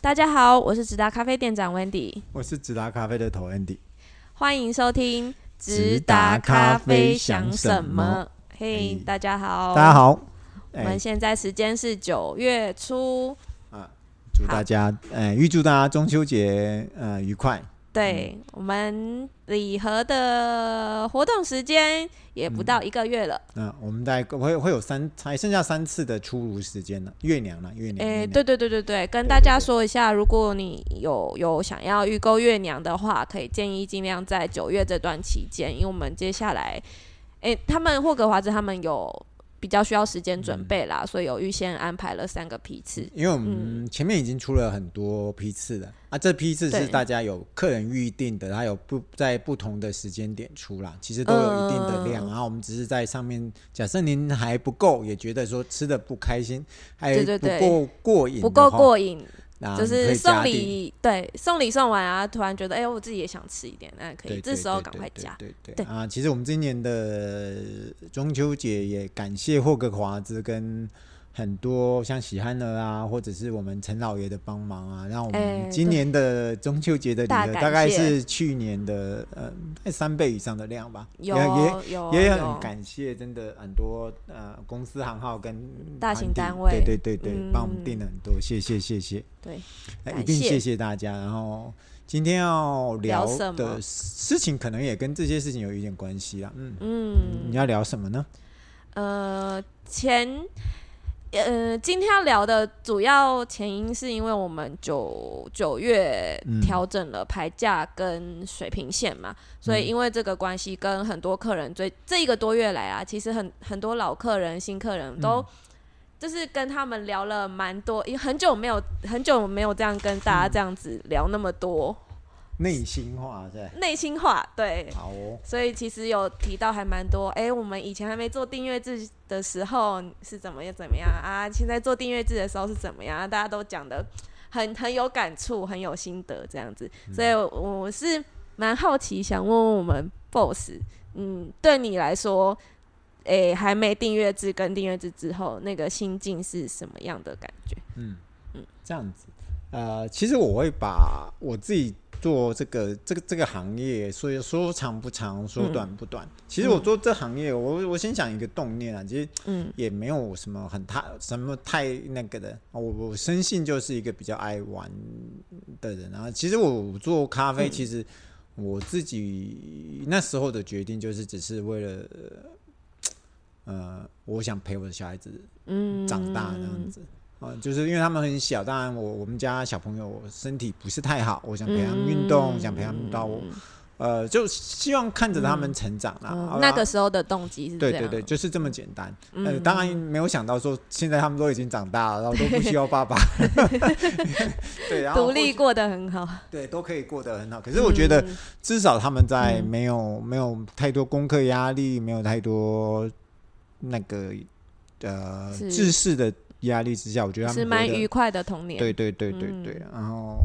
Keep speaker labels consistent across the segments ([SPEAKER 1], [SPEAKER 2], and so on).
[SPEAKER 1] 大家好，我是直达咖啡店长 Wendy，
[SPEAKER 2] 我是直达咖啡的头 Andy。
[SPEAKER 1] 欢迎收听
[SPEAKER 2] 直达咖啡想什么？
[SPEAKER 1] 嘿、
[SPEAKER 2] 哎
[SPEAKER 1] 大家好，
[SPEAKER 2] 大家，好，
[SPEAKER 1] 哦
[SPEAKER 2] 哎
[SPEAKER 1] 我们现在时间是九月初，
[SPEAKER 2] 祝大家，哎，预祝大家中秋节呃愉快。嗯
[SPEAKER 1] 对、我们礼盒的活动时间也不
[SPEAKER 2] 嗯
[SPEAKER 1] 到一个月了。
[SPEAKER 2] 那、我们大概会会有三，还剩下三次的出炉时间了，月娘了，月娘。
[SPEAKER 1] 哎、
[SPEAKER 2] 月娘
[SPEAKER 1] 对对对对对，跟
[SPEAKER 2] 对
[SPEAKER 1] 大
[SPEAKER 2] 对
[SPEAKER 1] 家
[SPEAKER 2] 对
[SPEAKER 1] 说一下，如果你有有想要预购月娘的话，可以建议尽量在九月这段期间，因为我们接下来，哎、他们霍格华兹他们有比较需要时间准备
[SPEAKER 2] 嗯
[SPEAKER 1] 啦，所以有预先安排了三个批次。
[SPEAKER 2] 因为我们前面已经出了很多批次了、啊，这批次
[SPEAKER 1] 嗯对
[SPEAKER 2] 是大家有客人预定的，它有不在不同的时间点出啦，其实都有一定的量。
[SPEAKER 1] 嗯
[SPEAKER 2] 然后我们只是在上面，假设您还不够，也觉得说吃的不开心，还
[SPEAKER 1] 对对
[SPEAKER 2] 不
[SPEAKER 1] 对
[SPEAKER 2] 够过瘾的话，
[SPEAKER 1] 不够过瘾，
[SPEAKER 2] 那你
[SPEAKER 1] 就
[SPEAKER 2] 可
[SPEAKER 1] 是
[SPEAKER 2] 以加
[SPEAKER 1] 送
[SPEAKER 2] 订
[SPEAKER 1] 礼，对，送礼送完啊，突然觉得，哎、我自己也想吃一点，那可以，
[SPEAKER 2] 对，
[SPEAKER 1] 这
[SPEAKER 2] 对
[SPEAKER 1] 时候
[SPEAKER 2] 对
[SPEAKER 1] 赶
[SPEAKER 2] 对
[SPEAKER 1] 快
[SPEAKER 2] 对
[SPEAKER 1] 加。
[SPEAKER 2] 对对
[SPEAKER 1] 对
[SPEAKER 2] 啊，其实我们今年的中秋节也感谢霍格华兹跟很多像喜憨儿啊，或者是我们陈老爷的帮忙啊，让我
[SPEAKER 1] 哎
[SPEAKER 2] 们今
[SPEAKER 1] 对
[SPEAKER 2] 年的中秋节的礼
[SPEAKER 1] 大
[SPEAKER 2] 盒
[SPEAKER 1] 感
[SPEAKER 2] 大概
[SPEAKER 1] 谢
[SPEAKER 2] 是去年的呃大概三倍以上的量吧，也
[SPEAKER 1] 有
[SPEAKER 2] 也
[SPEAKER 1] 有
[SPEAKER 2] 也
[SPEAKER 1] 哦有
[SPEAKER 2] 很感谢真的很多呃公司行号跟
[SPEAKER 1] 大
[SPEAKER 2] 团
[SPEAKER 1] 型
[SPEAKER 2] 体
[SPEAKER 1] 单位
[SPEAKER 2] 对对对对，帮我们订
[SPEAKER 1] 嗯
[SPEAKER 2] 了很多，谢谢谢谢。
[SPEAKER 1] 对，
[SPEAKER 2] 哎
[SPEAKER 1] 感
[SPEAKER 2] 一定
[SPEAKER 1] 谢
[SPEAKER 2] 谢谢大家。然后今天要
[SPEAKER 1] 聊
[SPEAKER 2] 聊
[SPEAKER 1] 什么
[SPEAKER 2] 的事情，可能也跟这些事情有一点关系啦。嗯，
[SPEAKER 1] 嗯
[SPEAKER 2] 你，要聊什么呢？
[SPEAKER 1] 呃，前呃，今天要聊的主要前因是因为我们九九月
[SPEAKER 2] 嗯
[SPEAKER 1] 调整了牌价跟水平线嘛，所以因为这个关系，跟很多客人最这一个多月来啊，其实很很多老客人、新客人都。就是跟他们聊了蛮多，因为很久没有很久没有这样跟大家这样子聊那么多
[SPEAKER 2] 内心话对，
[SPEAKER 1] 内心话，对，
[SPEAKER 2] 好哦，
[SPEAKER 1] 所以其实有提到还蛮多，哎、我们以前还没做订阅制的时候是怎么样怎么样啊？现在做订阅制的时候是怎么样啊？大家都讲的很很有感触，很有心得这样子，
[SPEAKER 2] 嗯
[SPEAKER 1] 所以我我是蛮好奇，想问问我们 BOSS，嗯，对你来说，哎、还没订阅制跟订阅制之后那个心境是什么样的感觉？
[SPEAKER 2] 嗯
[SPEAKER 1] 嗯
[SPEAKER 2] 这样子。呃，其实我会把我自己做这个这个这个行业，所以说长不长，
[SPEAKER 1] 嗯
[SPEAKER 2] 说短不短。其实我做这行业，我我先想一个动念啊，其实
[SPEAKER 1] 嗯
[SPEAKER 2] 也没有什么很太什么太那个的，我我深信就是一个比较爱玩的人啊。其实我做咖
[SPEAKER 1] 嗯
[SPEAKER 2] 啡，其实我自己那时候的决定就是只是为了，呃，呃我想陪我的小孩子
[SPEAKER 1] 嗯，
[SPEAKER 2] 长大这样子。啊、就是因为他们很小，当然我我们家小朋友身体不是太好，我想陪他们运
[SPEAKER 1] 嗯
[SPEAKER 2] 动，想陪他们到呃，就希望看着他们成长啦。
[SPEAKER 1] 嗯
[SPEAKER 2] 啊好
[SPEAKER 1] 那
[SPEAKER 2] 啦
[SPEAKER 1] 个时候的动机是这
[SPEAKER 2] 对
[SPEAKER 1] 样，
[SPEAKER 2] 对对，就是这么简单。呃，
[SPEAKER 1] 嗯
[SPEAKER 2] 当然没有想到说现在他们都已经长大了，然后都不需要爸爸， 对，然后
[SPEAKER 1] 独立
[SPEAKER 2] 或
[SPEAKER 1] 过得很好。
[SPEAKER 2] 许对都可以过得很好。可是我觉得至少他们在
[SPEAKER 1] 嗯
[SPEAKER 2] 没有、没有太多功课压力，没有太多那个呃
[SPEAKER 1] 是
[SPEAKER 2] 知识的压力之下，啊我觉得
[SPEAKER 1] 嗯
[SPEAKER 2] 他
[SPEAKER 1] 是
[SPEAKER 2] 们
[SPEAKER 1] 蛮
[SPEAKER 2] 活得
[SPEAKER 1] 愉快的童年。
[SPEAKER 2] 对对对对
[SPEAKER 1] 嗯
[SPEAKER 2] 对，然后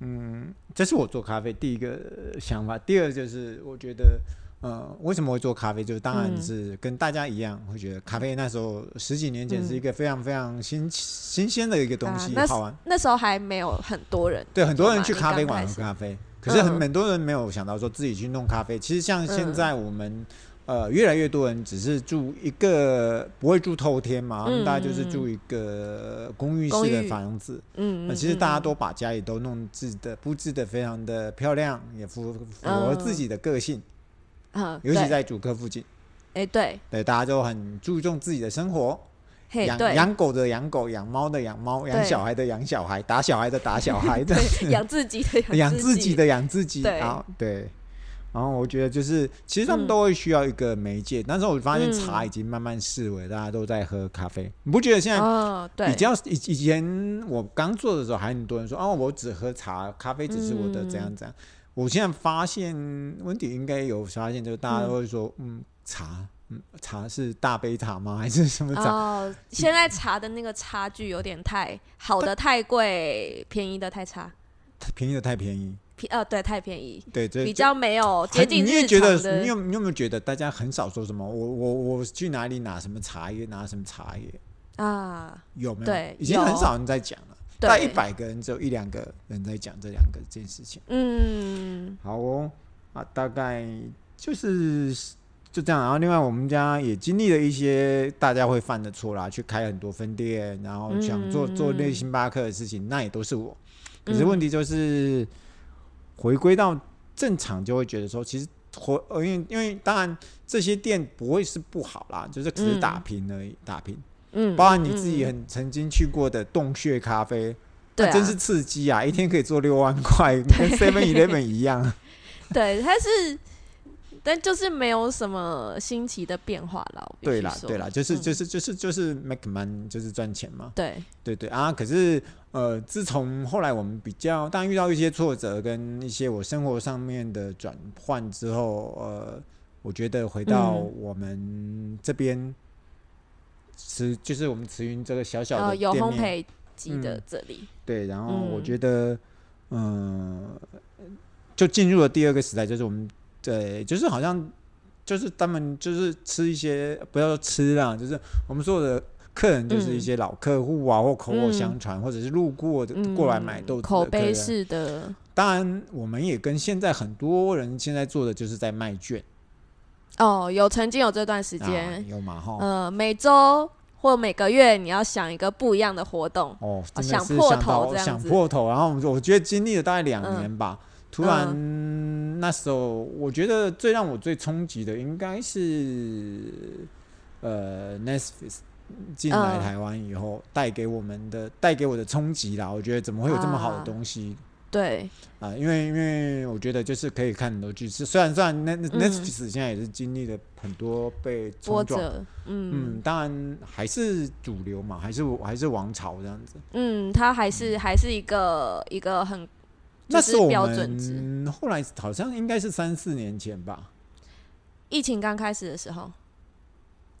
[SPEAKER 2] 嗯，这是我做咖啡第一个呃想法。第二就是我觉得，呃，为什么会做咖啡？就是当然
[SPEAKER 1] 嗯
[SPEAKER 2] 是跟大家一样，会觉得咖啡那时候十几年前
[SPEAKER 1] 嗯
[SPEAKER 2] 是一个非常非常新新鲜的一个东
[SPEAKER 1] 啊
[SPEAKER 2] 西，
[SPEAKER 1] 那
[SPEAKER 2] 好玩。
[SPEAKER 1] 那时候还没有很多人，
[SPEAKER 2] 对，很多人
[SPEAKER 1] 嘛
[SPEAKER 2] 去
[SPEAKER 1] 你
[SPEAKER 2] 咖
[SPEAKER 1] 刚
[SPEAKER 2] 啡馆
[SPEAKER 1] 开
[SPEAKER 2] 喝
[SPEAKER 1] 始
[SPEAKER 2] 咖啡，可是很
[SPEAKER 1] 嗯
[SPEAKER 2] 很多人没有想到说自己去弄咖啡。其实像现
[SPEAKER 1] 嗯
[SPEAKER 2] 在我们。呃，越来越多人只是住一个不会住透天嘛，
[SPEAKER 1] 嗯
[SPEAKER 2] 大家就是
[SPEAKER 1] 嗯嗯
[SPEAKER 2] 住一个公寓
[SPEAKER 1] 公
[SPEAKER 2] 式的
[SPEAKER 1] 寓
[SPEAKER 2] 房子，
[SPEAKER 1] 嗯，
[SPEAKER 2] 那
[SPEAKER 1] 嗯
[SPEAKER 2] 呃其实大家
[SPEAKER 1] 嗯
[SPEAKER 2] 都把家里都弄置的布置的非常的漂亮，也符符合自己的个性，
[SPEAKER 1] 嗯，
[SPEAKER 2] 尤其
[SPEAKER 1] 对
[SPEAKER 2] 在主客附近，
[SPEAKER 1] 哎对，
[SPEAKER 2] 对，大家都很注重自己的生活，
[SPEAKER 1] 嘿
[SPEAKER 2] 养
[SPEAKER 1] 对，
[SPEAKER 2] 养狗的养狗，养猫的养猫，养
[SPEAKER 1] 对
[SPEAKER 2] 小孩的养小孩，打小孩的打 小孩的，
[SPEAKER 1] 对 养自己的
[SPEAKER 2] 养自
[SPEAKER 1] 自
[SPEAKER 2] 己，的养自己，
[SPEAKER 1] 对
[SPEAKER 2] 然后对。然后我觉得就是，其实他
[SPEAKER 1] 嗯
[SPEAKER 2] 们都会需要一个媒介，但是我发现
[SPEAKER 1] 嗯
[SPEAKER 2] 茶已经慢慢式微，大家都在喝咖啡。你不觉得现在
[SPEAKER 1] 哦对，
[SPEAKER 2] 以前以以前我刚做的时候，还很多人说哦，我只喝茶，咖啡只是我
[SPEAKER 1] 嗯
[SPEAKER 2] 的怎样怎样。我现在发现温迪应该有发现，就是大家都会说，嗯茶，嗯，茶是大杯茶吗？ 还是什么茶？
[SPEAKER 1] 哦，现在茶的那个差距有点太好的太贵，便宜的太差，
[SPEAKER 2] 便宜的太便宜，
[SPEAKER 1] 便呃对太便宜，
[SPEAKER 2] 对，这
[SPEAKER 1] 比较没有
[SPEAKER 2] 很
[SPEAKER 1] 接近
[SPEAKER 2] 你也
[SPEAKER 1] 日
[SPEAKER 2] 觉
[SPEAKER 1] 常
[SPEAKER 2] 得，你
[SPEAKER 1] 的
[SPEAKER 2] 有你有没有觉得大家很少说什么？我我我去哪里拿什么茶叶，拿什么茶叶？
[SPEAKER 1] 啊，
[SPEAKER 2] 有没有？
[SPEAKER 1] 对
[SPEAKER 2] 已经
[SPEAKER 1] 有
[SPEAKER 2] 很少人在讲了。啊
[SPEAKER 1] 对
[SPEAKER 2] 大概一百个人只有一两个人在讲这两个这件事情。
[SPEAKER 1] 嗯，
[SPEAKER 2] 好哦，啊，大概就是就这样。然后另外我们家也经历了一些大家会犯的错啦，去开很多分店，然后想做
[SPEAKER 1] 嗯
[SPEAKER 2] 做类星巴克的事情，那也都是我。可是问题就是回归到正常，就会觉得说，其实回呃，因为因为当然这些店不会是不好啦，就是只是打拼而已，打拼。
[SPEAKER 1] 嗯，
[SPEAKER 2] 包含你自己
[SPEAKER 1] 嗯，嗯
[SPEAKER 2] 很曾经去过的洞穴咖啡，
[SPEAKER 1] 对
[SPEAKER 2] 那
[SPEAKER 1] 啊
[SPEAKER 2] 真是刺激啊！一天可以做六万块，跟 Seven Eleven 一样。
[SPEAKER 1] 嗯对，它是，但就是没有什么新奇的变化啦。我必须
[SPEAKER 2] 对啦，
[SPEAKER 1] 说
[SPEAKER 2] 对啦，就是
[SPEAKER 1] 嗯
[SPEAKER 2] 就是就是就是 make money，就是赚钱嘛。
[SPEAKER 1] 对，
[SPEAKER 2] 对对啊，可是呃，自从后来我们比较，当然遇到一些挫折跟一些我生活上面的转换之后，呃，我觉得回到
[SPEAKER 1] 嗯
[SPEAKER 2] 我们这边慈，就是我们慈云这个小小
[SPEAKER 1] 然后
[SPEAKER 2] 的
[SPEAKER 1] 哦呃有
[SPEAKER 2] 店
[SPEAKER 1] 烘
[SPEAKER 2] 面，嗯
[SPEAKER 1] 焙机的这里，
[SPEAKER 2] 对，然后我
[SPEAKER 1] 嗯
[SPEAKER 2] 觉得，嗯、就进入了第二个时代，就是我们对，就是好像就是他们就是吃一些不要说吃啦，就是我们说的客人就是一
[SPEAKER 1] 嗯
[SPEAKER 2] 些老客户啊，或口口
[SPEAKER 1] 嗯
[SPEAKER 2] 相传，或者是路过的过来买
[SPEAKER 1] 嗯
[SPEAKER 2] 豆子的
[SPEAKER 1] 口
[SPEAKER 2] 客
[SPEAKER 1] 碑
[SPEAKER 2] 人
[SPEAKER 1] 式的
[SPEAKER 2] 当然，我们也跟现在很多人现在做的就是在卖券，
[SPEAKER 1] 哦，有曾经有这段时
[SPEAKER 2] 啊
[SPEAKER 1] 间，
[SPEAKER 2] 有嘛哈。
[SPEAKER 1] 呃，每周或每个月你要想一个不一样的活动，
[SPEAKER 2] 哦，真的
[SPEAKER 1] 想
[SPEAKER 2] 是
[SPEAKER 1] 破
[SPEAKER 2] 想
[SPEAKER 1] 头
[SPEAKER 2] 到
[SPEAKER 1] 这样
[SPEAKER 2] 想
[SPEAKER 1] 子
[SPEAKER 2] 破头，然后我们我觉得经历了大概两
[SPEAKER 1] 嗯
[SPEAKER 2] 年吧，突然、那时候我觉得最让我最冲击的应该是呃 Netflix 进来
[SPEAKER 1] 嗯
[SPEAKER 2] 台湾以后带给我们的带给我的冲击啦，我觉得怎么会有这么好的
[SPEAKER 1] 啊
[SPEAKER 2] 东西
[SPEAKER 1] 对，
[SPEAKER 2] 啊、因为因为我觉得就是可以看很多剧，是虽然虽然 Net
[SPEAKER 1] 嗯
[SPEAKER 2] Netflix 现在也是经历了很多被
[SPEAKER 1] 波
[SPEAKER 2] 冲撞。
[SPEAKER 1] 折，嗯
[SPEAKER 2] 嗯，当然还是主流嘛，还是还是王朝这样子。
[SPEAKER 1] 嗯，它还是还是一个一个很
[SPEAKER 2] 那
[SPEAKER 1] 就是
[SPEAKER 2] 我
[SPEAKER 1] 标准值。
[SPEAKER 2] 们后来好像应该是三四年前吧，
[SPEAKER 1] 疫情刚开始的时候，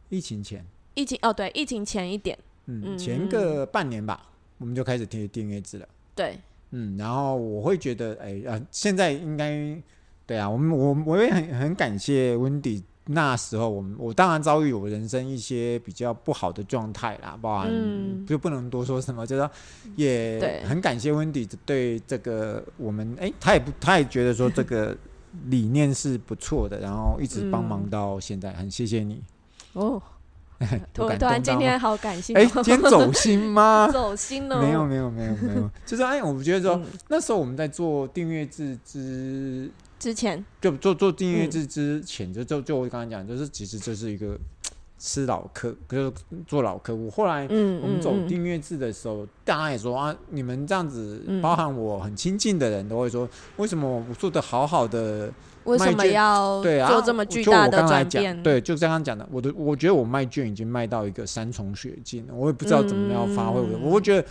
[SPEAKER 2] 疫情前，
[SPEAKER 1] 疫情哦对，疫情前一点，
[SPEAKER 2] 嗯，
[SPEAKER 1] 嗯
[SPEAKER 2] 前个半年吧，我们就开始贴订阅制了。
[SPEAKER 1] 对，
[SPEAKER 2] 嗯，然后我会觉得，哎、啊，现在应该对啊，我们我我也很很感谢温迪。那时候我们我当然遭遇我人生一些比较不好的状态啦，包含、
[SPEAKER 1] 嗯
[SPEAKER 2] 就不能多说什么，就是说也
[SPEAKER 1] 对
[SPEAKER 2] 很感谢温迪对这个我们，哎、他也不他也觉得说 这个理念是不错的，然后一直帮忙
[SPEAKER 1] 嗯
[SPEAKER 2] 到现在，很谢谢 你。
[SPEAKER 1] 哦，
[SPEAKER 2] 我
[SPEAKER 1] 突
[SPEAKER 2] 感
[SPEAKER 1] 突然
[SPEAKER 2] 动
[SPEAKER 1] 今
[SPEAKER 2] 到
[SPEAKER 1] 天好感性、哦，
[SPEAKER 2] 哎、今天走心 吗？
[SPEAKER 1] 走心了，
[SPEAKER 2] 没有没有没有没有，就是哎，我觉得说、
[SPEAKER 1] 哦嗯
[SPEAKER 2] 那时候我们在做订阅制之，
[SPEAKER 1] 之前，
[SPEAKER 2] 就做做
[SPEAKER 1] 嗯
[SPEAKER 2] 订阅制之前，就就就我刚才讲，就是其实就是一个吃老客，就是做老客户。后来
[SPEAKER 1] 嗯，
[SPEAKER 2] 我们走
[SPEAKER 1] 嗯嗯
[SPEAKER 2] 订阅制的时候，大家也说啊，你们这样子，
[SPEAKER 1] 嗯
[SPEAKER 2] 包含我很亲近的人都会说，为什么我做的好好的，
[SPEAKER 1] 为什么
[SPEAKER 2] 卖券
[SPEAKER 1] 要
[SPEAKER 2] 对啊，
[SPEAKER 1] 哦做这么巨
[SPEAKER 2] 就我
[SPEAKER 1] 大的
[SPEAKER 2] 刚才
[SPEAKER 1] 转
[SPEAKER 2] 讲
[SPEAKER 1] 变？
[SPEAKER 2] 对，就刚刚讲的，我的我觉得我卖券已经卖到一个山重水尽了，我也不知道怎么样发挥我的，
[SPEAKER 1] 嗯
[SPEAKER 2] 我会觉得。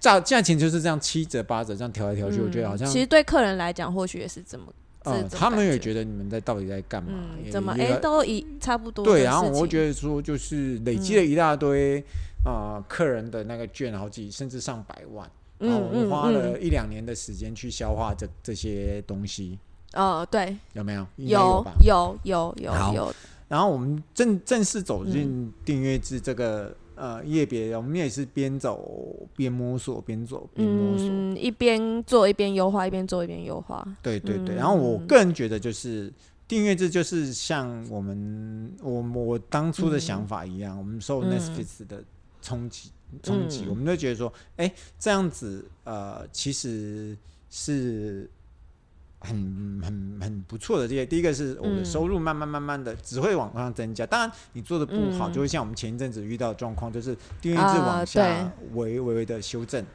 [SPEAKER 2] 价价钱就是这样七折八折这样调来调去，我觉得好像
[SPEAKER 1] 嗯其实对客人来讲，或许也是这么，这
[SPEAKER 2] 嗯，
[SPEAKER 1] 种
[SPEAKER 2] 他们
[SPEAKER 1] 感
[SPEAKER 2] 也
[SPEAKER 1] 觉
[SPEAKER 2] 觉得你们在到底在干嘛？
[SPEAKER 1] 嗯，
[SPEAKER 2] 也
[SPEAKER 1] 怎么
[SPEAKER 2] 也
[SPEAKER 1] 哎，都一差不多的事
[SPEAKER 2] 对，
[SPEAKER 1] 情。嗯
[SPEAKER 2] 然后我会觉得说，就是累积了一大堆啊、呃客人的那个券，好几甚至上百万，然后
[SPEAKER 1] 嗯
[SPEAKER 2] 哦我
[SPEAKER 1] 嗯
[SPEAKER 2] 花
[SPEAKER 1] 嗯，
[SPEAKER 2] 了一两年的时间去消化这这些东西，
[SPEAKER 1] 呃，对，
[SPEAKER 2] 有没有？应该
[SPEAKER 1] 有
[SPEAKER 2] 吧。
[SPEAKER 1] 有有有
[SPEAKER 2] 好
[SPEAKER 1] 有，
[SPEAKER 2] 然后我们正正式走
[SPEAKER 1] 嗯
[SPEAKER 2] 进订阅制这个、呃业别，我们也是边走边摸索，边走边摸索。
[SPEAKER 1] 嗯，一边做一边优化，一边做一边优化。
[SPEAKER 2] 对对对，
[SPEAKER 1] 嗯
[SPEAKER 2] 然后我个人觉得就是订阅制就是像我们我我当初的想法一样，我们受
[SPEAKER 1] 嗯
[SPEAKER 2] Netflix 的冲击冲击，
[SPEAKER 1] 嗯
[SPEAKER 2] 我们都觉得说，哎，这样子呃其实是。很很很不错的，这些第一个是我的
[SPEAKER 1] 嗯
[SPEAKER 2] 收入慢慢慢慢的只会往上增加，当然你做的不好，
[SPEAKER 1] 嗯
[SPEAKER 2] 就会像我们前一阵子遇到的状况，就是订阅制
[SPEAKER 1] 啊
[SPEAKER 2] 往
[SPEAKER 1] 对
[SPEAKER 2] 下微微微的修正，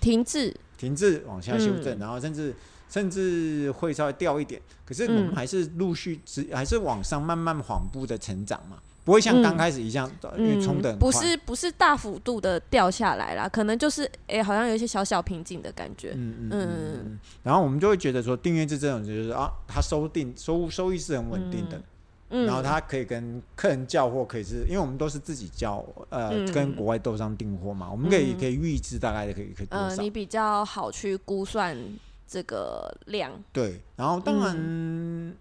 [SPEAKER 1] 停滞，
[SPEAKER 2] 停滞往下修正，
[SPEAKER 1] 嗯
[SPEAKER 2] 然后甚至甚至会稍微掉一点，可是我们
[SPEAKER 1] 嗯
[SPEAKER 2] 还是陆续只还是往上慢慢缓步的成长嘛，不会像
[SPEAKER 1] 嗯
[SPEAKER 2] 刚开始一样，呃因为冲的很
[SPEAKER 1] 不
[SPEAKER 2] 快。
[SPEAKER 1] 是不是大幅度的掉下来啦，可能就是哎、好像有一些小小瓶颈的感觉。
[SPEAKER 2] 嗯嗯嗯
[SPEAKER 1] 嗯
[SPEAKER 2] 嗯嗯，然后我们就会觉得说，订阅制这种就是啊，它收定收收益是很稳定的，
[SPEAKER 1] 嗯，
[SPEAKER 2] 然后它可以跟客人叫货，可以是因为我们都是自己叫，呃，
[SPEAKER 1] 嗯
[SPEAKER 2] 跟国外豆商订货嘛，我们可以、
[SPEAKER 1] 嗯
[SPEAKER 2] 可以预知大概可以可以多
[SPEAKER 1] 呃，
[SPEAKER 2] 少，
[SPEAKER 1] 你比较好去估算这个量。
[SPEAKER 2] 对，然后当然、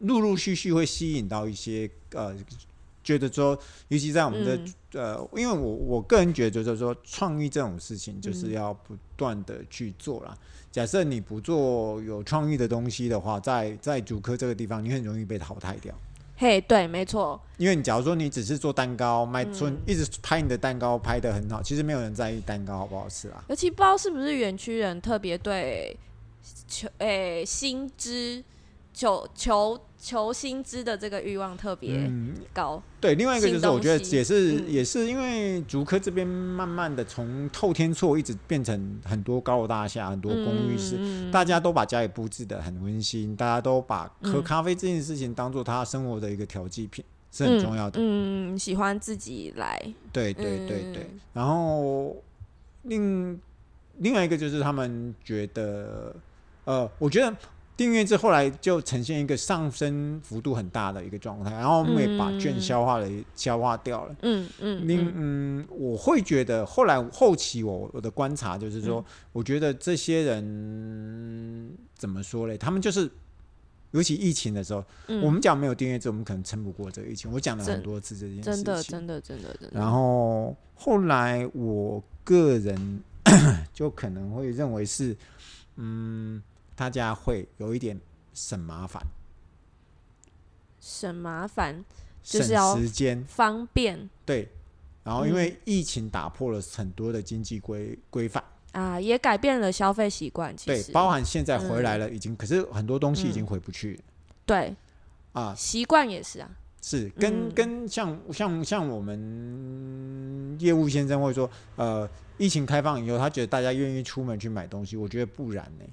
[SPEAKER 2] 陆陆续续会吸引到一些呃觉得说，尤其在我们的、
[SPEAKER 1] 嗯
[SPEAKER 2] 呃，因为我我个人觉得就是说，创意这种事情就是要不断的去做啦。假设你不做有创意的东西的话，在在主科这个地方，你很容易被淘汰掉。
[SPEAKER 1] 嘿，对，没错，
[SPEAKER 2] 因为你假如说你只是做蛋糕卖，做、一直拍你的蛋糕拍的很好，其实没有人在意蛋糕好不好吃啦。
[SPEAKER 1] 尤其不知道是不是园区人特别对求诶、薪资求求求薪资的这个欲望特别
[SPEAKER 2] 嗯，
[SPEAKER 1] 高，
[SPEAKER 2] 对，另外一个就是我觉得
[SPEAKER 1] 新东西
[SPEAKER 2] 也是、
[SPEAKER 1] 嗯
[SPEAKER 2] 也是因为竹科这边慢慢的从透天厝一直变成很多高楼大厦、很多公寓式，
[SPEAKER 1] 嗯
[SPEAKER 2] 大家都把家里布置的很温馨，大家都把
[SPEAKER 1] 嗯
[SPEAKER 2] 喝咖啡这件事情当做他生活的一个调剂品，是很重要的。
[SPEAKER 1] 嗯，嗯喜欢自己来，
[SPEAKER 2] 对对对对，
[SPEAKER 1] 嗯
[SPEAKER 2] 然后另另外一个就是他们觉得，呃，我觉得订阅制后来就呈现一个上升幅度很大的一个状态，然后我们也把券消化了，消化掉了。
[SPEAKER 1] 嗯嗯，
[SPEAKER 2] 另
[SPEAKER 1] 嗯
[SPEAKER 2] 嗯，我会觉得后来后期我我的观察就是
[SPEAKER 1] 嗯
[SPEAKER 2] 说，我觉得这些人怎么说嘞？他们就是，尤其疫情的时候，
[SPEAKER 1] 嗯
[SPEAKER 2] 我们讲没有订阅制，我们可能撑不过这个疫情。我讲了
[SPEAKER 1] 真
[SPEAKER 2] 很多次这件事情，
[SPEAKER 1] 真的真的真的真的，
[SPEAKER 2] 然后后来我个人 就可能会认为是，嗯，大家会有一点省麻烦，
[SPEAKER 1] 省麻烦，就
[SPEAKER 2] 省
[SPEAKER 1] 是要嗯
[SPEAKER 2] 时间，
[SPEAKER 1] 方便
[SPEAKER 2] 对。然后因为疫情打破了很多的经济规规范，
[SPEAKER 1] 啊，也改变了消费习惯，其
[SPEAKER 2] 对，
[SPEAKER 1] 实嗯
[SPEAKER 2] 包含现在回来了，已经、可是很多东西已经回不去了、
[SPEAKER 1] 对
[SPEAKER 2] 啊，
[SPEAKER 1] 习惯也是啊，
[SPEAKER 2] 是跟、
[SPEAKER 1] 嗯
[SPEAKER 2] 跟像像像我们业务先生会说，呃，疫情开放以后，他觉得大家愿意出门去买东西，我觉得不然呢、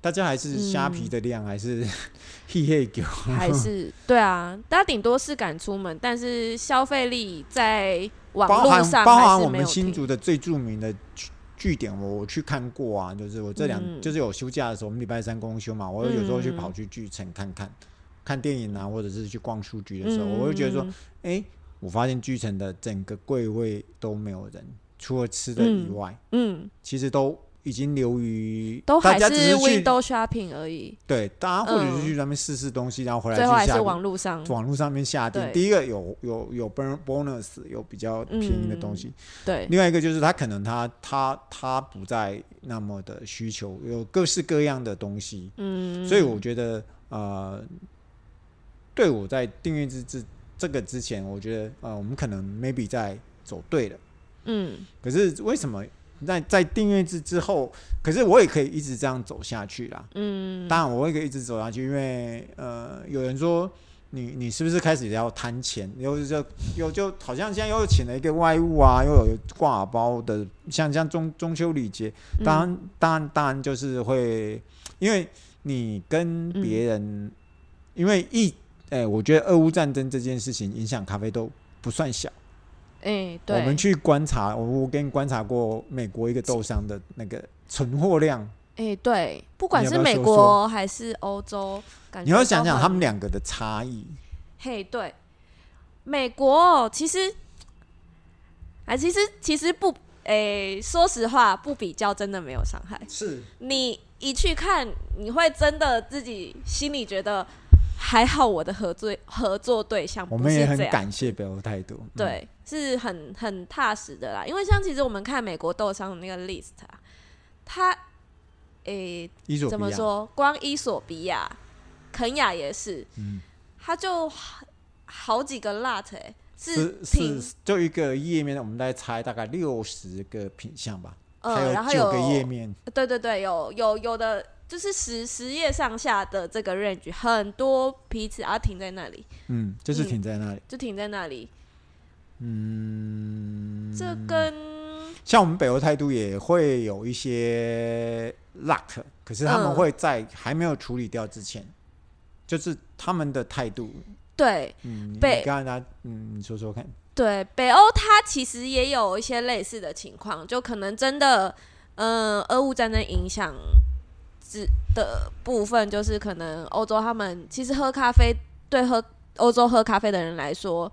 [SPEAKER 2] 大家还是虾皮的量、还是 嘿嘿狗，
[SPEAKER 1] 嗯 还是对啊，大家顶多是敢出门，但是消费力在网
[SPEAKER 2] 包
[SPEAKER 1] 络
[SPEAKER 2] 含
[SPEAKER 1] 上
[SPEAKER 2] 包
[SPEAKER 1] 还
[SPEAKER 2] 含
[SPEAKER 1] 是
[SPEAKER 2] 我
[SPEAKER 1] 没
[SPEAKER 2] 们
[SPEAKER 1] 有
[SPEAKER 2] 新
[SPEAKER 1] 停。
[SPEAKER 2] 竹的最著名的据据点，我我去看过啊，就是我这两、
[SPEAKER 1] 嗯
[SPEAKER 2] 就是有休假的时候，我们礼拜三公休嘛，我有时候去
[SPEAKER 1] 嗯
[SPEAKER 2] 跑去巨城看看、看电影啊，或者是去逛书局的时候，我会觉得说，
[SPEAKER 1] 嗯，
[SPEAKER 2] 哎、我发现巨城的整个柜位都没有人，除了吃的以外，
[SPEAKER 1] 嗯，
[SPEAKER 2] 其实都已经流于
[SPEAKER 1] 都
[SPEAKER 2] 大
[SPEAKER 1] 还
[SPEAKER 2] 家只是去
[SPEAKER 1] window shopping 而已，
[SPEAKER 2] 对，大家或者
[SPEAKER 1] 嗯
[SPEAKER 2] 是去那边试试东西，然后回来
[SPEAKER 1] 最后还
[SPEAKER 2] 去下
[SPEAKER 1] 是
[SPEAKER 2] 网
[SPEAKER 1] 网络上。
[SPEAKER 2] 网络上面下订。
[SPEAKER 1] 对
[SPEAKER 2] 第一个有有有 bon- bonus 有比较便宜
[SPEAKER 1] 嗯
[SPEAKER 2] 的东西，
[SPEAKER 1] 对，
[SPEAKER 2] 另外一个就是他可能他他他不再那么的需求，有各式各样的东西，
[SPEAKER 1] 嗯，
[SPEAKER 2] 所以我觉得呃，对我在订阅制之这个之前，我觉得呃，我们可能 maybe 在走对了。
[SPEAKER 1] 嗯，
[SPEAKER 2] 可是为什么在在订阅制之后，可是我也可以一直这样走下去啦？
[SPEAKER 1] 嗯
[SPEAKER 2] 当然，我也可以一直走下去，因为呃，有人说你你是不是开始要贪钱？又就又就好像现在又请了一个外务啊，又有挂包的，像像中中秋礼节，
[SPEAKER 1] 嗯
[SPEAKER 2] 当然当然当然就是会，因为你跟别
[SPEAKER 1] 嗯
[SPEAKER 2] 人，因为一哎、我觉得俄乌战争这件事情影响咖啡豆不算小。
[SPEAKER 1] 哎，
[SPEAKER 2] 我
[SPEAKER 1] 对，
[SPEAKER 2] 们去观察，我我跟你观察过美国一个豆商的那个存货量，
[SPEAKER 1] 哎，对，不管
[SPEAKER 2] 你
[SPEAKER 1] 是
[SPEAKER 2] 要不要
[SPEAKER 1] 美
[SPEAKER 2] 说
[SPEAKER 1] 国还是欧洲，感觉
[SPEAKER 2] 你要想
[SPEAKER 1] 都
[SPEAKER 2] 想
[SPEAKER 1] 很
[SPEAKER 2] 他们两个的差异。
[SPEAKER 1] 嘿，对，美国哦其实，啊，其实其实不，诶、说实话，不比较真的没有伤害。
[SPEAKER 2] 是，
[SPEAKER 1] 你一去看，你会真的自己心里觉得还好，我的合作合作对象
[SPEAKER 2] 我
[SPEAKER 1] 哦不
[SPEAKER 2] 们
[SPEAKER 1] 是
[SPEAKER 2] 也很
[SPEAKER 1] 这样，
[SPEAKER 2] 感谢北欧态度。嗯，
[SPEAKER 1] 对，是很很踏实的啦。因为像其实我们看美国豆商的那个 list 啊，他，诶、
[SPEAKER 2] 伊索
[SPEAKER 1] 怎
[SPEAKER 2] 比
[SPEAKER 1] 么
[SPEAKER 2] 亚
[SPEAKER 1] 说？光伊索比亚、肯雅也是，
[SPEAKER 2] 嗯
[SPEAKER 1] 它就好好几个 lot 哎、是
[SPEAKER 2] 是
[SPEAKER 1] 品
[SPEAKER 2] 是，就一个页面，我们大概猜大概六十个品相吧，还
[SPEAKER 1] 呃，然后
[SPEAKER 2] 九个页
[SPEAKER 1] 有
[SPEAKER 2] 面。
[SPEAKER 1] 对对对，有有有的就是十十页上下的这个 range，很多批次啊停在那里，
[SPEAKER 2] 嗯，就是
[SPEAKER 1] 嗯
[SPEAKER 2] 停在那里。
[SPEAKER 1] 就停在那里，
[SPEAKER 2] 嗯，
[SPEAKER 1] 这跟
[SPEAKER 2] 像我们北欧态度也会有一些 luck，可是他们
[SPEAKER 1] 嗯
[SPEAKER 2] 会在还没有处理掉之前，就是他们的态度。
[SPEAKER 1] 对
[SPEAKER 2] 嗯，你
[SPEAKER 1] 北
[SPEAKER 2] 刚才他，嗯，你说说看。
[SPEAKER 1] 对，北欧它其实也有一些类似的情况，就可能真的，嗯、俄乌战争影响之的部分，就是可能欧洲他们其实喝咖啡对喝欧洲喝咖啡的人来说，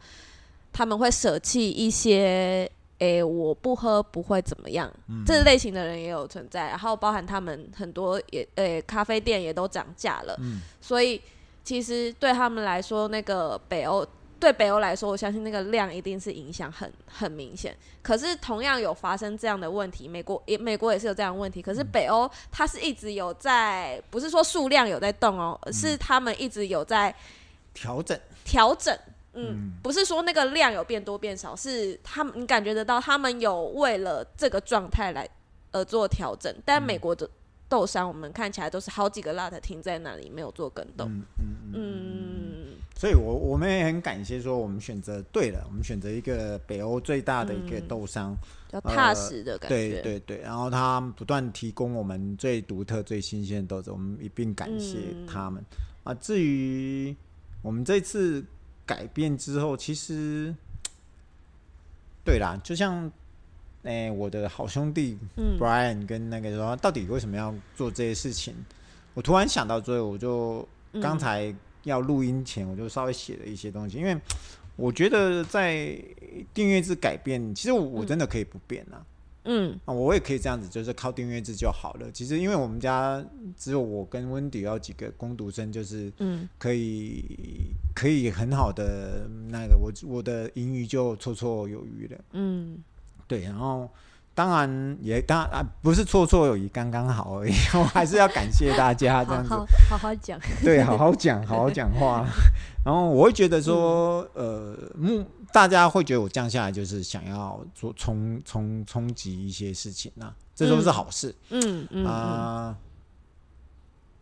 [SPEAKER 1] 他们会舍弃一些，诶、我不喝不会怎么样，
[SPEAKER 2] 嗯
[SPEAKER 1] 这类型的人也有存在，然后包含他们很多也，诶、咖啡店也都涨价了，
[SPEAKER 2] 嗯
[SPEAKER 1] 所以其实对他们来说，那个北欧对北欧来说，我相信那个量一定是影响很很明显。可是同样有发生这样的问题，美国也美国也是有这样的问题。可是北欧它是一直有在，不是说数量有在动哦，是他们一直有在
[SPEAKER 2] 调整，
[SPEAKER 1] 调整。嗯
[SPEAKER 2] 嗯，
[SPEAKER 1] 不是说那个量有变多变少，是他们你感觉得到他们有为了这个状态来而做调整。
[SPEAKER 2] 嗯
[SPEAKER 1] 但美国的豆商，我们看起来都是好几个 lot 停在那里没有做跟动。
[SPEAKER 2] 嗯嗯嗯，
[SPEAKER 1] 嗯
[SPEAKER 2] 所以我我们也很感谢说我们选择对了，我们选择一个北欧最大的一个
[SPEAKER 1] 嗯
[SPEAKER 2] 豆商，
[SPEAKER 1] 比较踏实的感觉。
[SPEAKER 2] 呃对对对，然后他们不断提供我们最独特、最新鲜的豆子，我们一并感谢
[SPEAKER 1] 嗯
[SPEAKER 2] 他们、啊。至于我们这次改变之后，其实对啦，就像哎、我的好兄弟
[SPEAKER 1] 嗯
[SPEAKER 2] Brian 跟那个说，到底为什么要做这些事情？我突然想到最后，我就
[SPEAKER 1] 嗯
[SPEAKER 2] 刚才要录音前，我就稍微写了一些东西，因为我觉得在订阅制改变，其实我我真的可以不变啊。
[SPEAKER 1] 嗯
[SPEAKER 2] 啊，我也可以这样子，就是靠订阅制就好了。其实因为我们家只有我跟温迪有几个工读生，就是
[SPEAKER 1] 嗯
[SPEAKER 2] 可以可以很好的那个，我我的盈余就绰绰有余了。
[SPEAKER 1] 嗯，
[SPEAKER 2] 对，然后当然也当然啊，不是绰绰有余，刚刚好 而已。我还是要感谢大家
[SPEAKER 3] 好
[SPEAKER 1] 嗯
[SPEAKER 2] 这样子
[SPEAKER 3] 好，好好讲，
[SPEAKER 2] 对，好好讲，好好讲 话。然后我会觉得说，
[SPEAKER 3] 嗯
[SPEAKER 2] 呃，目大家会觉得我降下来就是想要做冲冲冲击一些事情啊，这都是
[SPEAKER 1] 嗯
[SPEAKER 2] 好事
[SPEAKER 1] 嗯嗯
[SPEAKER 2] 啊、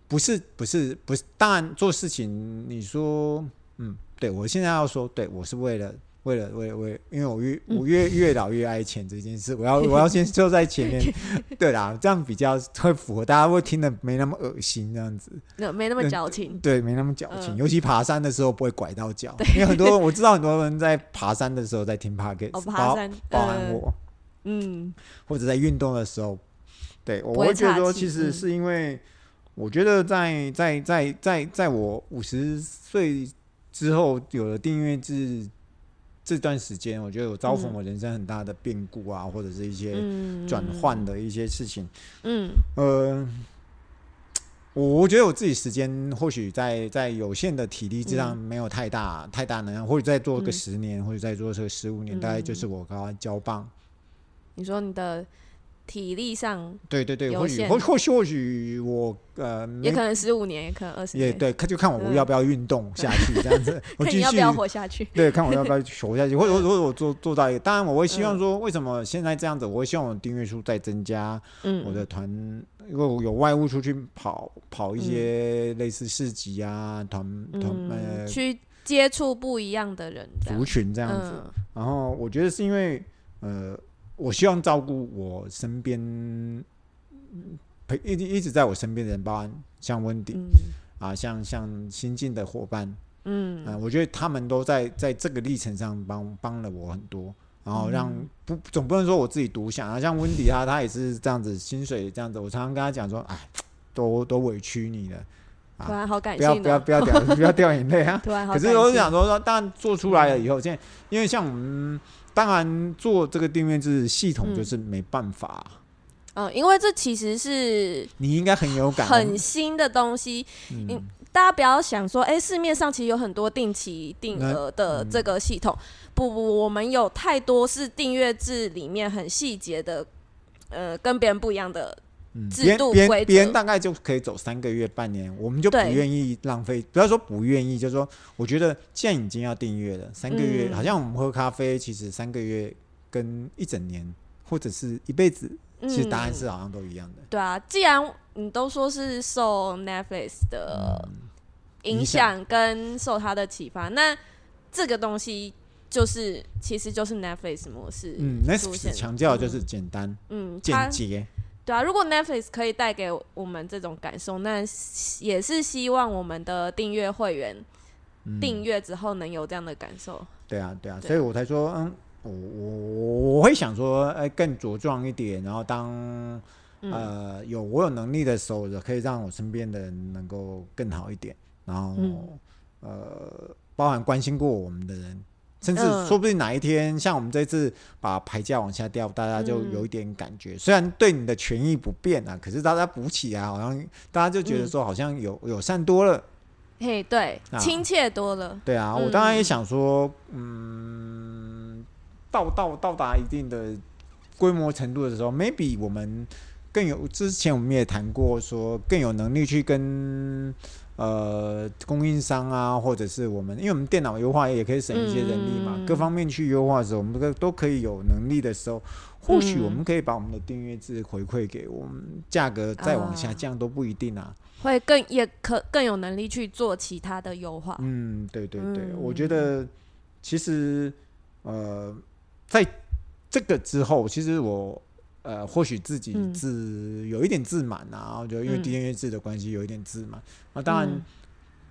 [SPEAKER 2] 不是不是不是，当然做事情，你说，嗯，对我现在要说，对我是为了。为了为了为了，因为我越我越越老越爱钱这件事，我要我要先坐在前面，对啦，这样比较会符合，大家会听得没那么恶心这样子。
[SPEAKER 1] 那没那么矫情。
[SPEAKER 2] 对，没那么矫情，
[SPEAKER 1] 嗯
[SPEAKER 2] 尤其爬山的时候不会拐到脚，因为很多我知道很多人在爬山的时候在听 podcast，、
[SPEAKER 1] 哦，爬
[SPEAKER 2] 包
[SPEAKER 1] 山，
[SPEAKER 2] 包含
[SPEAKER 1] 呃
[SPEAKER 2] 我，
[SPEAKER 1] 嗯
[SPEAKER 2] 或者在运动的时候，对我
[SPEAKER 1] 不会
[SPEAKER 2] 会觉得
[SPEAKER 1] 岔
[SPEAKER 2] 说，
[SPEAKER 1] 气
[SPEAKER 2] 其实
[SPEAKER 1] 嗯
[SPEAKER 2] 是因为我觉得在在在在在我五十岁之后有了订阅制这段时间，我觉得我遭
[SPEAKER 1] 嗯
[SPEAKER 2] 逢我人生很大的变故啊，或者是一些
[SPEAKER 1] 嗯，
[SPEAKER 2] 转换的一些事情，
[SPEAKER 1] 嗯，
[SPEAKER 2] 呃，我我觉得我自己时间或许在在有限的体力之上
[SPEAKER 1] 嗯
[SPEAKER 2] 没有太大、太大能量，或者再做个
[SPEAKER 1] 嗯
[SPEAKER 2] 十年，或者再做这个十五年，大概就
[SPEAKER 1] 嗯
[SPEAKER 2] 是我刚刚交棒。
[SPEAKER 1] 你说你的体力上
[SPEAKER 2] 对对对，
[SPEAKER 1] 有
[SPEAKER 2] 或许
[SPEAKER 1] 限
[SPEAKER 2] 或或许或许我呃
[SPEAKER 1] 也
[SPEAKER 2] 没
[SPEAKER 1] 可能十五年，也可能二十
[SPEAKER 2] 也
[SPEAKER 1] 年，
[SPEAKER 2] 对，看就看我
[SPEAKER 1] 嗯
[SPEAKER 2] 要不要运动下去这样 子，我
[SPEAKER 1] 看你
[SPEAKER 2] 继
[SPEAKER 1] 要不
[SPEAKER 2] 续
[SPEAKER 1] 要活下去。
[SPEAKER 2] 对，看我要不要活下去，或者或者我做做到一个，当然我会希望说，为什么现在这样子，我会希望我订阅数再增加，
[SPEAKER 1] 嗯，
[SPEAKER 2] 我的团，因为我有外务出去跑跑一些类似市集啊，团团
[SPEAKER 1] 嗯，
[SPEAKER 2] 呃
[SPEAKER 1] 去接触不一样的人，这样
[SPEAKER 2] 族群这样子。
[SPEAKER 1] 嗯
[SPEAKER 2] 然后我觉得是因为呃，我希望照顾我身边嗯陪一直一直在我身边的人，包含像温迪
[SPEAKER 1] 嗯
[SPEAKER 2] 啊，像像新进的伙伴
[SPEAKER 1] 嗯
[SPEAKER 2] 啊，我觉得他们都在在这个历程上帮帮了我很多。然后让
[SPEAKER 1] 嗯
[SPEAKER 2] 不总不能说我自己独享啊，像温迪他他也是这样子，薪水这样子，我常常跟他讲说，哎，都都委屈你了，啊
[SPEAKER 1] 突然好感
[SPEAKER 2] 不要
[SPEAKER 1] 性哦，
[SPEAKER 2] 不要不要掉不要掉眼泪啊！
[SPEAKER 1] 突然好
[SPEAKER 2] 可
[SPEAKER 1] 感性。
[SPEAKER 2] 是我想说说，当然做出来了以后，现在因为像我们，当然做这个订阅制系统就是没办法，
[SPEAKER 1] 嗯，因为这其实是
[SPEAKER 2] 你应该很有感，哦
[SPEAKER 1] 很新的东西，
[SPEAKER 2] 嗯
[SPEAKER 1] 大家不要想说，哎、市面上其实有很多定期定额的
[SPEAKER 2] 嗯
[SPEAKER 1] 这个系统，不不，我们有太多是订阅制里面很细节的，呃，跟别人不一样的，
[SPEAKER 2] 嗯
[SPEAKER 1] 制
[SPEAKER 2] 别人
[SPEAKER 1] 度
[SPEAKER 2] 别
[SPEAKER 1] 规
[SPEAKER 2] 人别人
[SPEAKER 1] 则
[SPEAKER 2] 大概就可以走三个月半年，我们就不
[SPEAKER 1] 对
[SPEAKER 2] 愿意浪费，不要说不愿意，就是说我觉得既然已经要订阅了，三个月、
[SPEAKER 1] 嗯
[SPEAKER 2] 好像我们喝咖啡，其实三个月跟一整年或者是一辈子，
[SPEAKER 1] 嗯，
[SPEAKER 2] 其实答案是好像都一样的。
[SPEAKER 1] 对啊。既然你都说是受 Netflix 的影
[SPEAKER 2] 嗯影
[SPEAKER 1] 响跟受它的启发，那这个东西就是其实就是 Netflix 模式，
[SPEAKER 2] 嗯
[SPEAKER 1] 出现
[SPEAKER 2] ，Netflix 强调的就是简单、
[SPEAKER 1] 嗯，它
[SPEAKER 2] 简洁，
[SPEAKER 1] 对啊，如果 Netflix 可以带给我们这种感受，那也是希望我们的订阅会员
[SPEAKER 2] 嗯
[SPEAKER 1] 订阅之后能有这样的感受。
[SPEAKER 2] 对啊，对啊，
[SPEAKER 1] 对
[SPEAKER 2] 所以我才说，嗯，我我我会想说，哎、更茁壮一点，然后当
[SPEAKER 1] 嗯
[SPEAKER 2] 呃有我有能力的时候，可以让我身边的人能够更好一点，然后、
[SPEAKER 1] 嗯
[SPEAKER 2] 呃，包含关心过我们的人。甚至
[SPEAKER 1] 嗯
[SPEAKER 2] 说不定哪一天，像我们这次把牌价往下掉，大家就
[SPEAKER 1] 嗯
[SPEAKER 2] 有一点感觉。虽然对你的权
[SPEAKER 1] 嗯
[SPEAKER 2] 益不变啊，可是大家补起来，好像大家就觉得说好像有友善多了。
[SPEAKER 1] 嘿，对，
[SPEAKER 2] 啊
[SPEAKER 1] 亲切多了，
[SPEAKER 2] 对啊，我当然也想说，嗯，到到到达一定的规模程度的时候，maybe 我们更有之前我们也谈过说更有能力去跟呃供应商啊，或者是我们，因为我们电脑优化也可以省一些人力嘛，
[SPEAKER 1] 嗯
[SPEAKER 2] 各方面去优化的时候，我们都都可以有能力的时候。或许
[SPEAKER 1] 嗯
[SPEAKER 2] 我们可以把我们的订阅制回馈给我们，价格再往下
[SPEAKER 1] 啊
[SPEAKER 2] 降都不一定啊。
[SPEAKER 1] 会更也可更有能力去做其他的优化。
[SPEAKER 2] 嗯，对对对，
[SPEAKER 1] 嗯
[SPEAKER 2] 我觉得其实呃，在这个之后，其实我呃，或许自己
[SPEAKER 1] 嗯
[SPEAKER 2] 自、有一点自满啊，我觉得因为
[SPEAKER 1] 嗯
[SPEAKER 2] 订阅制的关系有一点自满。那、当然
[SPEAKER 1] 嗯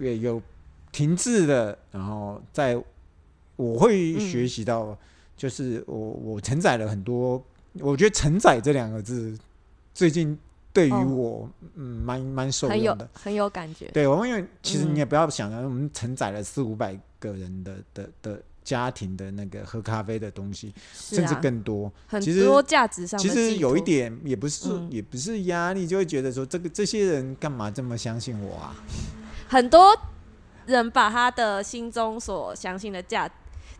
[SPEAKER 2] 也有停滞的，然后在我
[SPEAKER 1] 嗯
[SPEAKER 2] 会学习到，就是我我承载了很多，我觉得“承载”这两个字最近对于
[SPEAKER 1] 哦
[SPEAKER 2] 我、嗯蛮蛮受
[SPEAKER 1] 很
[SPEAKER 2] 用
[SPEAKER 1] 有
[SPEAKER 2] 的。
[SPEAKER 1] 很有感觉，
[SPEAKER 2] 对，我们因为其实
[SPEAKER 1] 欸嗯
[SPEAKER 2] 你也不要想啊，我们承载了四五百个人的的的家庭的那个喝咖啡的东西，
[SPEAKER 1] 是
[SPEAKER 2] 甚至
[SPEAKER 1] 啊，
[SPEAKER 2] 更多。
[SPEAKER 1] 很
[SPEAKER 2] 其实
[SPEAKER 1] 多价值上的
[SPEAKER 2] 其实
[SPEAKER 1] 寄
[SPEAKER 2] 有一
[SPEAKER 1] 托
[SPEAKER 2] 点也不是、
[SPEAKER 1] 嗯
[SPEAKER 2] 也不是压力，就会觉得说这个这些人干嘛这么相信我啊？
[SPEAKER 1] 很多人把他的心中所相信的价，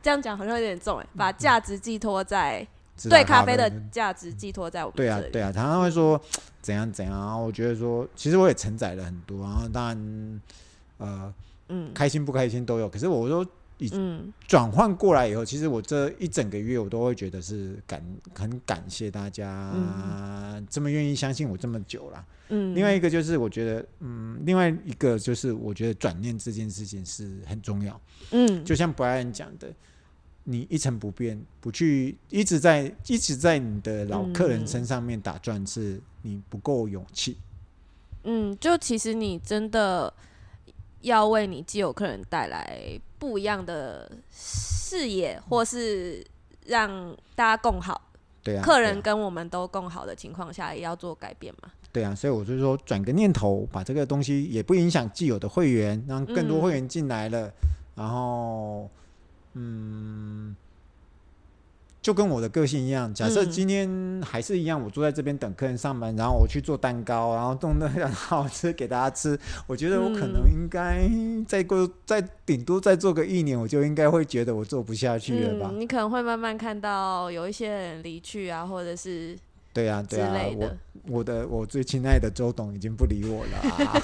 [SPEAKER 1] 这样讲好像有点重哎，把价值寄托在
[SPEAKER 2] 知
[SPEAKER 1] 对
[SPEAKER 2] 道咖
[SPEAKER 1] 咖啡的
[SPEAKER 2] 人
[SPEAKER 1] 价值寄托在我们
[SPEAKER 2] 啊对啊
[SPEAKER 1] 这，里。
[SPEAKER 2] 对啊，常常会说怎样怎样啊。我觉得说，其实我也承载了很多，然后当然呃
[SPEAKER 1] 嗯
[SPEAKER 2] 开心不开心都有。可是我说
[SPEAKER 1] 嗯，
[SPEAKER 2] 转换过来以后，其实我这一整个月我都会觉得是感很感谢大家、这么愿意相信我这么久啦。
[SPEAKER 1] 嗯，
[SPEAKER 2] 另外一个就是我觉得，嗯，另外一个就是我觉得转念这件事情是很重要。
[SPEAKER 1] 嗯，
[SPEAKER 2] 就像布莱恩讲的，你一成不变，不去一直在一直在你的老客人身上面打转，是你不够勇气。
[SPEAKER 1] 嗯，就其实你真的要为你既有客人带来不一样的视野，或是让大家共好，
[SPEAKER 2] 对啊，
[SPEAKER 1] 客
[SPEAKER 2] 对啊
[SPEAKER 1] 人跟我们都共好的情况下，也要做改变嘛。
[SPEAKER 2] 对啊，所以我就说转个念头，把这个东西也不影响既有的会员，让更多
[SPEAKER 1] 嗯
[SPEAKER 2] 会员进来了，然后嗯，就跟我的个性一样，假设
[SPEAKER 1] 嗯
[SPEAKER 2] 今天还是一样，我坐在这边等客人上班，然后我去做蛋糕，然后弄得很好吃给大家吃，我觉得我可
[SPEAKER 1] 嗯
[SPEAKER 2] 能应该再过再顶多再做个一年，我就应该会觉得我做不下去了吧？
[SPEAKER 1] 嗯，你可能会慢慢看到有一些人离去啊，或者是
[SPEAKER 2] 对啊，
[SPEAKER 1] 之
[SPEAKER 2] 对啊
[SPEAKER 1] 类，
[SPEAKER 2] 我
[SPEAKER 1] 的。
[SPEAKER 2] 我的我最亲爱的周董已经不理我了、 啊，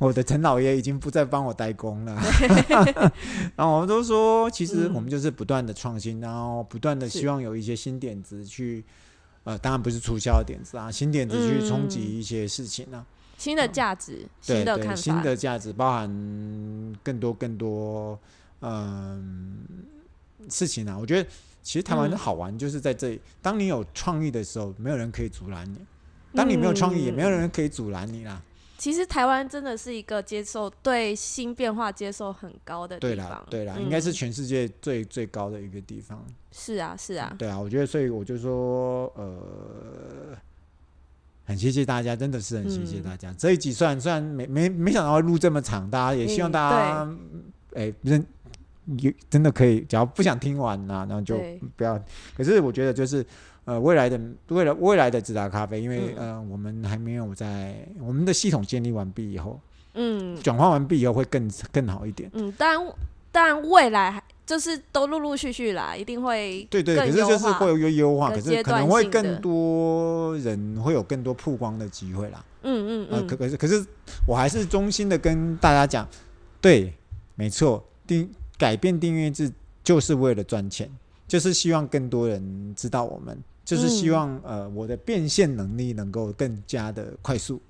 [SPEAKER 2] 我的陈老爷已经不再帮我代工了。 然后我都说，其实
[SPEAKER 1] 嗯
[SPEAKER 2] 我们就是不断的创新，然后不断的希望有一些新点子去，呃，当然不是促销的点子啊，新点子去冲击一些事情啊，
[SPEAKER 1] 新的价值、
[SPEAKER 2] 嗯
[SPEAKER 1] 嗯
[SPEAKER 2] 对
[SPEAKER 1] 新的
[SPEAKER 2] 对，
[SPEAKER 1] 看
[SPEAKER 2] 新
[SPEAKER 1] 法，
[SPEAKER 2] 的价值包含更多更多，嗯、事情啊。我觉得其实台湾
[SPEAKER 1] 嗯
[SPEAKER 2] 好玩就是在这里，当你有创意的时候，没有人可以阻拦你。当你没有创意，也没有
[SPEAKER 1] 嗯
[SPEAKER 2] 人可以阻拦你啦。
[SPEAKER 1] 其实台湾真的是一个接受对新变化接受很高的地
[SPEAKER 2] 对啦
[SPEAKER 1] 方，，
[SPEAKER 2] 对啦，
[SPEAKER 1] 嗯
[SPEAKER 2] 应该是全世界最最高的一个地方。
[SPEAKER 1] 是啊，是啊，
[SPEAKER 2] 对啊，我觉得，所以我就说，呃，很谢谢大家，真的是很谢谢
[SPEAKER 1] 嗯
[SPEAKER 2] 大家。这一集虽然虽然没没没想到会录这么长，大家也希望
[SPEAKER 1] 嗯
[SPEAKER 2] 大家，哎、认有真的可以，只要不想听完呐、然后就
[SPEAKER 1] 对
[SPEAKER 2] 不要。可是我觉得就是。呃，未来的未来未来的直达咖啡，因为、
[SPEAKER 1] 嗯
[SPEAKER 2] 呃，我们还没有在我们的系统建立完毕以后，
[SPEAKER 1] 嗯
[SPEAKER 2] 转换完毕以后会更更好一点。
[SPEAKER 1] 嗯，但但未来还就是都陆陆续续啦，一定会
[SPEAKER 2] 对对，
[SPEAKER 1] 更
[SPEAKER 2] 可是就
[SPEAKER 1] 优
[SPEAKER 2] 是
[SPEAKER 1] 化
[SPEAKER 2] 会有优化，
[SPEAKER 1] 更
[SPEAKER 2] 可是
[SPEAKER 1] 阶
[SPEAKER 2] 可
[SPEAKER 1] 段
[SPEAKER 2] 能会
[SPEAKER 1] 性的
[SPEAKER 2] 更多人会有更多曝光的机会啦。
[SPEAKER 1] 嗯嗯
[SPEAKER 2] 呃，
[SPEAKER 1] 嗯，
[SPEAKER 2] 可可是可是我还是衷心的跟大家讲，对，没错，订改变订阅制就是为了赚钱，就是希望更多人知道我们，就是希
[SPEAKER 1] 嗯
[SPEAKER 2] 望、呃我的变现能力能够更加的快速。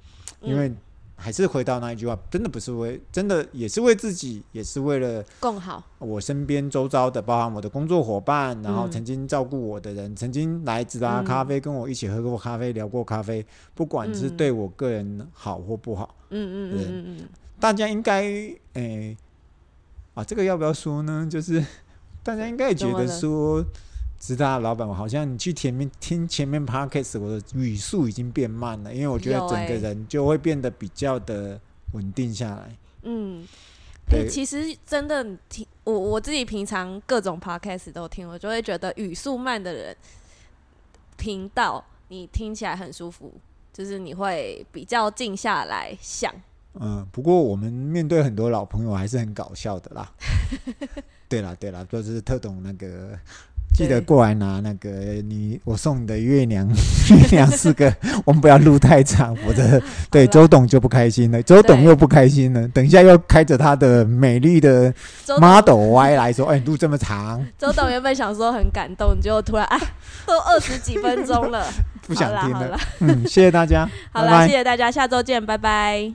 [SPEAKER 2] 因为
[SPEAKER 1] 嗯
[SPEAKER 2] 还是回到那一句话，真的不是为，真的也是为自己，也是为了
[SPEAKER 1] 更好，
[SPEAKER 2] 我身边周遭的，包含我的工作伙伴，然后
[SPEAKER 1] 嗯
[SPEAKER 2] 曾经照顾我的人，曾经来直达
[SPEAKER 1] 嗯
[SPEAKER 2] 咖啡跟我一起喝过咖啡、聊过咖啡，不管是
[SPEAKER 1] 嗯
[SPEAKER 2] 对我个人好或不好，
[SPEAKER 1] 嗯嗯
[SPEAKER 2] 对
[SPEAKER 1] 嗯嗯嗯，
[SPEAKER 2] 大家应该诶、啊，这个要不要说呢？就是大家应该也觉
[SPEAKER 1] 怎么
[SPEAKER 2] 得
[SPEAKER 1] 了
[SPEAKER 2] 说，直达老板，我好像你去前面听前面 podcast，我的语速已经变慢了，因为我觉得
[SPEAKER 1] 有
[SPEAKER 2] 整个
[SPEAKER 1] 欸
[SPEAKER 2] 人就会变得比较的稳定下来。
[SPEAKER 1] 嗯，
[SPEAKER 2] 对
[SPEAKER 1] 欸其实真的你听我我自己平常各种 podcast 都听，我就会觉得语速慢的人频道你听起来很舒服，就是你会比较静下来想
[SPEAKER 2] 嗯，不过我们面对很多老朋友还是很搞笑 的啦。对啦，对啦，就是特懂那个，记
[SPEAKER 1] 对
[SPEAKER 2] 得过来拿那个你我送你的月亮， 月亮是个，我们不要录太长，否则对
[SPEAKER 1] 好啦
[SPEAKER 2] 周董就不开心了，周董
[SPEAKER 1] 对
[SPEAKER 2] 又不开心了，等一下又开着他的美丽的
[SPEAKER 1] 周
[SPEAKER 2] Model Y 来说，哎，你录这么长，
[SPEAKER 1] 周董原本想说很感动，结果突然哎，都二十几分钟了，
[SPEAKER 2] 不想
[SPEAKER 1] 好啦
[SPEAKER 2] 听
[SPEAKER 1] 好
[SPEAKER 2] 了
[SPEAKER 1] 了，
[SPEAKER 2] 嗯，谢谢大家，
[SPEAKER 1] 好
[SPEAKER 2] 拜拜
[SPEAKER 1] 了，谢谢大家，下周见，拜拜。